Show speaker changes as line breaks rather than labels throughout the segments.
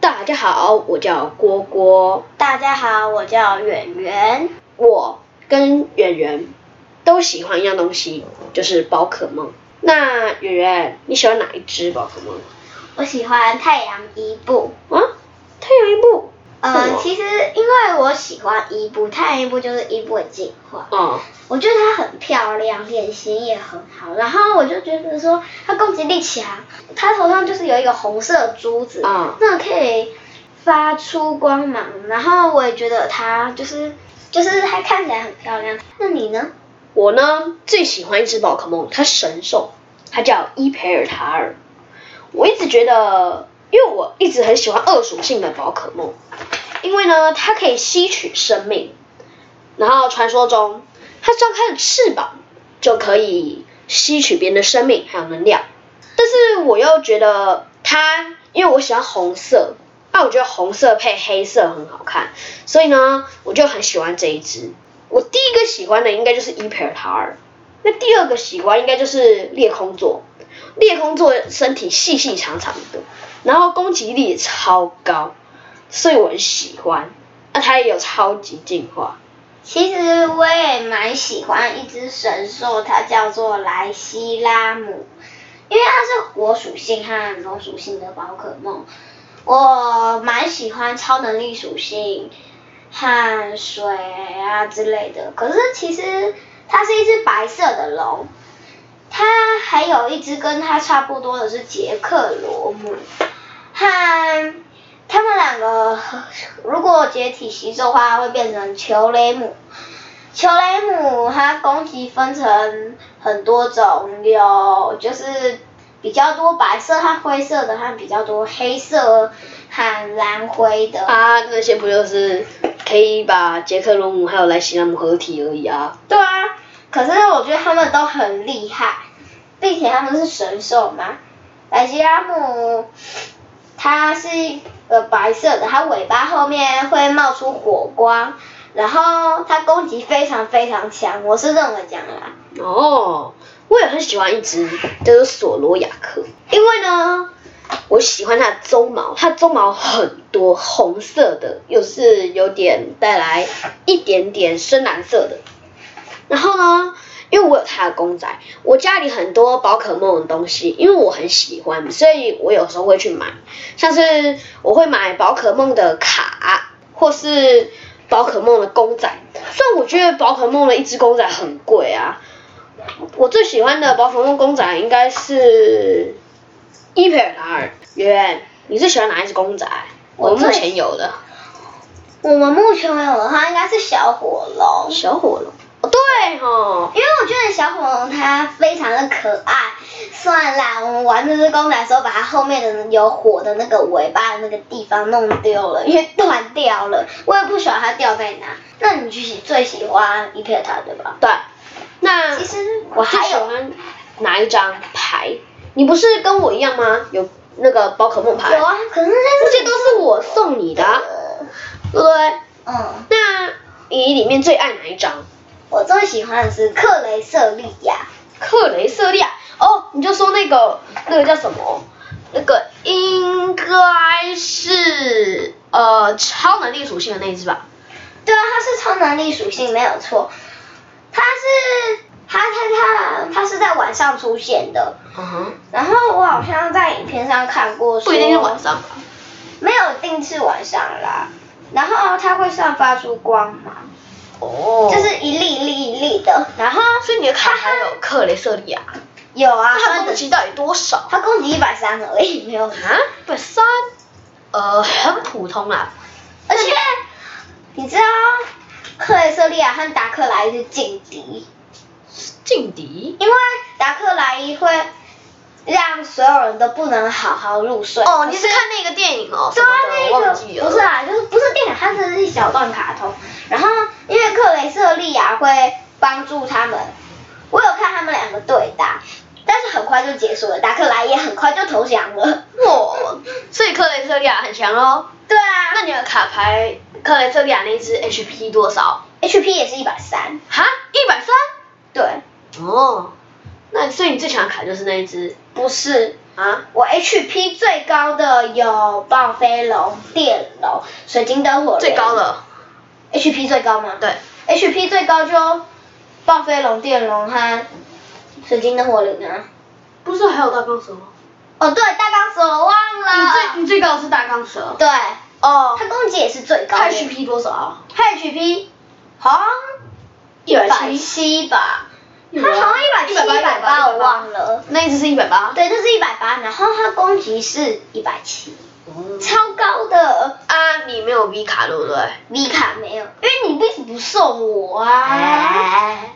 大家好，我叫郭郭，
大家好，我叫圆圆。
我跟圆圆都喜欢一样东西，就是宝可梦。那圆圆，你喜欢哪一只宝可梦？
我喜欢太阳伊布。
啊，太阳一部。
呃，
哦
其实因为我喜欢伊布，太阳伊布就是伊布的进化。
哦，
我觉得它很漂亮，脸型也很好，然后我就觉得说它攻击力强，它头上就是有一个红色珠子，
嗯
那可以发出光芒，然后我也觉得它就是就是它看起来很漂亮。那你呢？
我呢最喜欢一只宝可梦，它神兽，它叫伊培尔塔尔。我一直觉得，因为我一直很喜欢二属性的宝可梦，因为呢它可以吸取生命，然后传说中它张开了翅膀就可以吸取别人的生命还有能量。但是我又觉得它，因为我喜欢红色，那我觉得红色配黑色很好看，所以呢我就很喜欢这一只。我第一个喜欢的应该就是伊培尔塔尔，那第二个喜欢应该就是裂空座。裂空座身体细细长长的，然后攻击力也超高，所以我很喜欢。那、它也有超级进化，
其实我也蛮喜欢一只神兽，它叫做莱西拉姆，因为它是火属性和龙属性的宝可梦。我蛮喜欢超能力属性和水啊之类的，可是其实它是一只白色的龙，它还有一只跟它差不多的是杰克罗姆，和他们两个如果解体吸收的话，会变成球雷姆。球雷姆它攻击分成很多种，有就是比较多白色和灰色的，和比较多黑色和蓝灰的。
啊，那些不就是可以把杰克罗姆还有莱西拉姆合体而已啊？
对啊，可是我觉得他们都很厉害，并且他们是神兽嘛。莱西拉姆，它是呃白色的，它尾巴后面会冒出火光，然后它攻击非常非常强，我是这么讲啦。
哦，我也很喜欢一只叫做索罗亚克，因为呢，我喜欢它的鬃毛，它的鬃毛很多，红色的，又是有点带来一点点深蓝色的。然后呢，因为我有它的公仔，我家里很多宝可梦的东西，因为我很喜欢，所以我有时候会去买，像是我会买宝可梦的卡，或是宝可梦的公仔。虽然我觉得宝可梦的一只公仔很贵啊，我最喜欢的宝可梦公仔应该是伊培尔达尔。圆圆，你最喜欢哪一只公仔？
我
我目
最
前有的
我们目前有的话应该是小火龙，
小火龙。哦，对哦，
因为我觉得小火龙它非常的可爱。算啦，我们玩这只公仔的时候，把它后面的有火的那个尾巴的那个地方弄丢了，因为断掉了。我也不晓得它掉在哪。那你最喜最喜欢伊佩尔塔对吧？
对。那
其实我
我最
还
喜
有啊
欢哪一张牌？你不是跟我一样吗？有那个宝可梦牌
有，啊，可
这
是那
些都是我送你的、啊，对不对？
嗯，
那你里面最爱哪一张？
我最喜欢的是克雷瑟利亚。
克雷瑟利亚。哦，你就说那个那个叫什么？那个应该是呃超能力属性的那一只吧？
对啊，它是超能力属性没有错，它是它它它它是在晚上出现的。
嗯哼，
然后我好像在影片上看过
不
说，
一定是晚上吧？
没有一定是晚上啦。然后它会散发出光芒，
哦
就
就是
是一粒一粒一粒的。然后
所以你的卡还有克雷瑟利亚，
有啊，
那它
它
攻击到底多少？
它攻击一百三而已，没有很
啊，对三，呃，很普通啊啦。
而且你知道克雷瑟利亚和达克莱伊是劲敌，
劲敌
因为达克莱伊会让所有人都不能好好入睡。
哦，你
可
是看那个电影哦？
对啊，
什么的
那
我
个
忘记了。
不是啊，就是不是电影，它只是一小段卡通。然后因为克雷瑟利亚会帮助他们，我有看他们两个对打，但是很快就结束了，达克莱也很快就投降了。
哇，所以克雷瑟利亚很强哦。
对啊，
那你的卡牌克雷瑟利亚那一只 HP 多少？
那 HP 也是一百三，
哈，一百三。
对，
哦，那所以你最强的卡就是那一只。
不是，
啊，
我 HP 最高的有暴飞龙、电龙、水晶灯火。
最高。的，
HP 最高吗？
对。
HP 最高就暴飞龙、电龙和水晶灯火灵啊。
不是还有大钢蛇吗？
哦，对，大钢蛇我忘
你最
了。嗯
你最高的是大钢蛇，
对，
啊哦
它，攻击也是最高的。
它 HP 多少啊？
它 HP 好像一百七吧，它好像一百七、一百八，我忘了。
那一只是一百八。
对，这是一百八，然后它攻击是一百七，超高的。
哦啊，你没有 V 卡对不对？
V 卡没有，因为你为什么不送我啊？
哎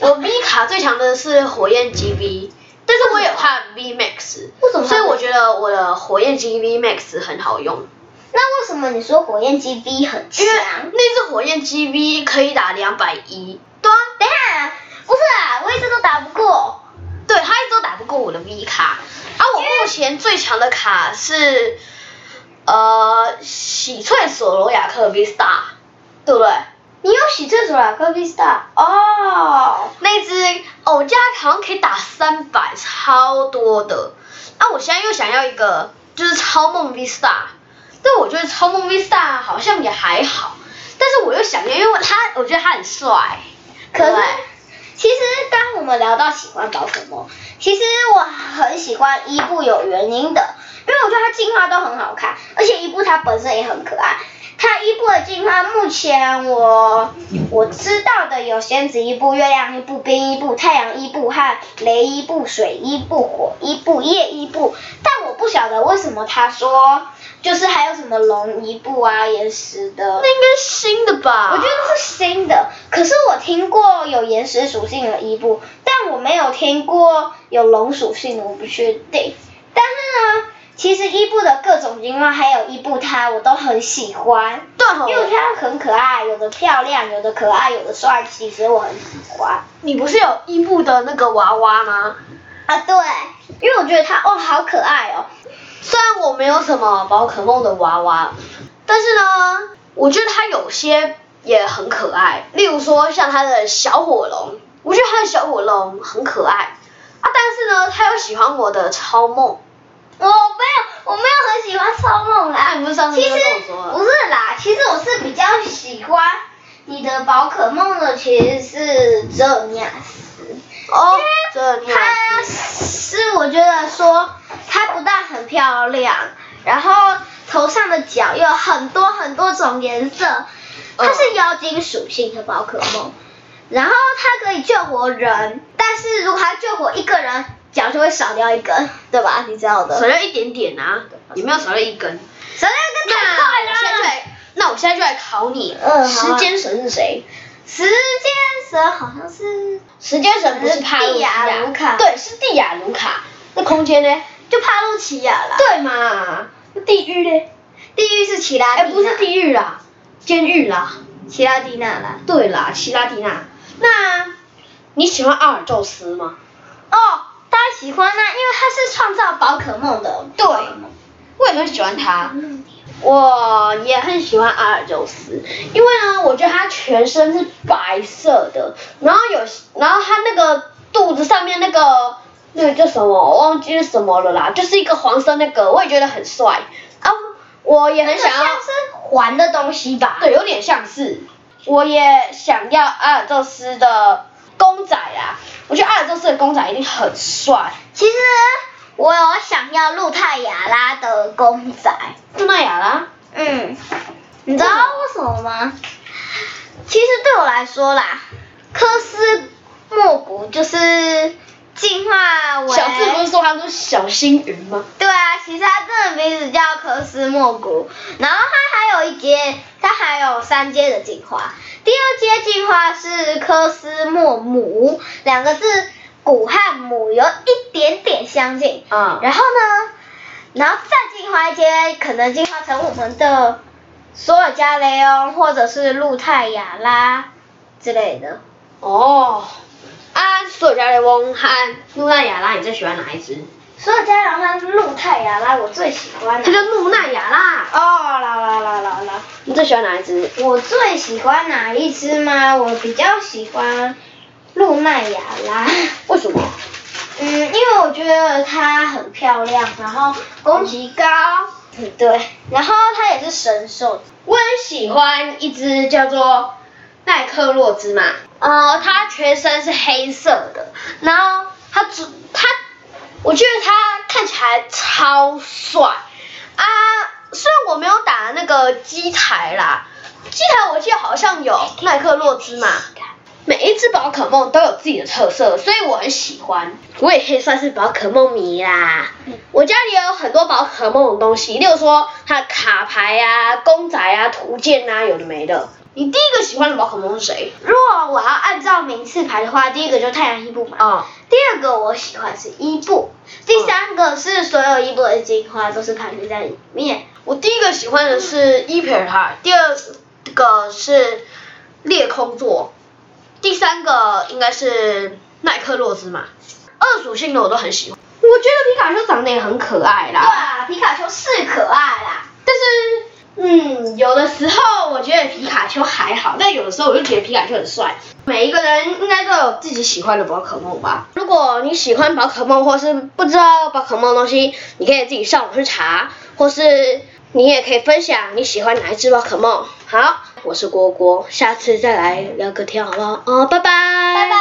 我 V 卡最强的是火焰 GB，但是我有看 V Max，
为什么
所以我觉得我的火焰 GB Max 很好用，
那为什么你说火焰机 V 很强
因为？那只火焰 GB 可以打两百一，
对啊，等一下，不是啊，我一直都打不过。
对，它一直都打不过我的 V 卡。啊，我目前最强的卡是呃喜翠索罗亚克 V Star，对不对？
你有喜厕所啊，科比 star 哦。
那只偶加好像可以打三百，超多的。啊，我现在又想要一个，就是超梦 V Star，但我觉得超梦 V Star 好像也还好，但是我又想要，因为他我觉得他很帅。
可是
对，
其实刚我们聊到喜欢宝可梦，其实我很喜欢伊布有原因的，因为我觉得它进化都很好看，而且伊布它本身也很可爱。它伊布的进化，目前我我知道的有仙子伊布、月亮伊布、冰伊布、太阳伊布和雷伊布、水伊布、火伊布、夜伊布，但我不晓得为什么他说就是还有什么龙伊布啊、岩石的。
那应该是新的吧？
我觉得是新的，可是我听过有岩石属性的伊布，但我没有听过有龙属性的，我不确定。但是呢，其实伊布的各种樱花还有伊布它，我都很喜欢，
对
因
吼
为我觉得它很可爱，有的漂亮，有的可爱，有的帅气，所以我很喜欢。
你不是有伊布的那个娃娃吗？
啊，对，因为我觉得它哦好可爱哦，
虽然我没有什么宝可梦的娃娃，但是呢，我觉得它有些也很可爱，例如说像它的小火龙，我觉得它的小火龙很可爱啊，但是呢，它又喜欢我的超梦，
我没有，我没有很喜欢超梦啦。
啊你不是上次
其
就
实
跟我说了
不是啦，其实我是比较喜欢你的宝可梦的，其实是泽尼亚斯。
哦，
因
这你
为它是我觉得说它不但很漂亮，然后头上的角有很多很多种颜
嗯
色，它是妖精属性的宝可梦，然后它可以救活人，但是如果它救活一个人，脚就会少掉一根，对吧？你知道的。
少掉一点点啊，也没有少掉一根。
神那个太快
那我现在就
了。
来，那我现在就来考你，
嗯好
时
啊
间神是谁？
时间蛇好像是
时间神不是帕路西
是蒂亚卢卡
对，是蒂亚卢卡。那空间呢？
就帕路奇亚啦，
对嘛？那地狱呢？
地狱是奇拉蒂
哎、
娜，
不是地狱啦，监狱啦。
奇拉蒂娜啦。
对啦，希拉蒂娜。那你喜欢阿尔宙斯吗？
哦，大家喜欢那，因为它是创造宝可梦的。
对，我也很喜欢他。我也很喜欢阿尔宙斯，因为呢，我觉得他全身是白色的，然后有，然后他那个肚子上面那个那个叫什么，我忘记是什么了啦，就是一个黄色那个，我也觉得很帅啊，我也很
很像
想要。
是环的东西吧？
对，有点像是。我也想要阿尔宙斯的公仔啊，我觉得阿尔宙斯的公仔一定很帅，
其实我有想要露泰雅拉的公仔。
就那样啦。
嗯，你知道为什么吗？其实对我来说啦，科斯莫古就是进化为
小智不是说他是小星云吗？
对啊，其实它真的名字叫科斯莫古，然后它还有一阶，它还有三阶的进化。第二阶进化是科斯莫母，两个字古和母有一点点相近。
嗯
然后呢，然后再进化一阶，可能进化成我们的索尔加雷欧或者是露泰雅拉之类的。
哦，啊，索尔加雷翁和露娜雅拉，你最喜欢哪一 只？
索尔加雷翁和露泰雅拉我最喜欢啊
它
的。
叫露娜雅拉。
哦，啦啦啦啦啦。
你最喜欢哪一只？
我最喜欢哪一只吗？我比较喜欢露奈雅拉，
为什么？
嗯，因为我觉得它很漂亮，然后攻击高，嗯对，然后它也是神兽。
我很喜欢一只叫做奈克洛兹嘛，
呃，它全身是黑色的，然后它主它，
我觉得它看起来超帅啊！虽然我没有打那个机台啦，机台我记得好像有奈克洛兹嘛。每一只宝可梦都有自己的特色，所以我很喜欢。我也可以算是宝可梦迷啦。我家里有很多宝可梦的东西，例如说它的卡牌啊、公仔啊、图鉴啊，有的没的。你第一个喜欢的宝可梦是谁？
如果我要按照名次排的话，第一个就是太阳伊布嘛，
啊、
第二个我喜欢是伊布，第三个是所有伊布的精华都是盘踞在里面。
我第一个喜欢的是伊培尔塔，第二个是裂空座，第三个应该是奈克洛兹嘛。二属性的我都很喜欢，我觉得皮卡丘长得也很可爱啦。
对啊，皮卡丘是可爱啦，
但是，嗯，有的时候我觉得皮卡丘还好，但有的时候我就觉得皮卡丘很帅。每一个人应该都有自己喜欢的宝可梦吧？如果你喜欢宝可梦，或是不知道宝可梦的东西，你可以自己上网去查，或是你也可以分享你喜欢哪一只宝可梦。好，我是郭郭，下次再来聊个天好不好？哦，拜拜，
拜拜。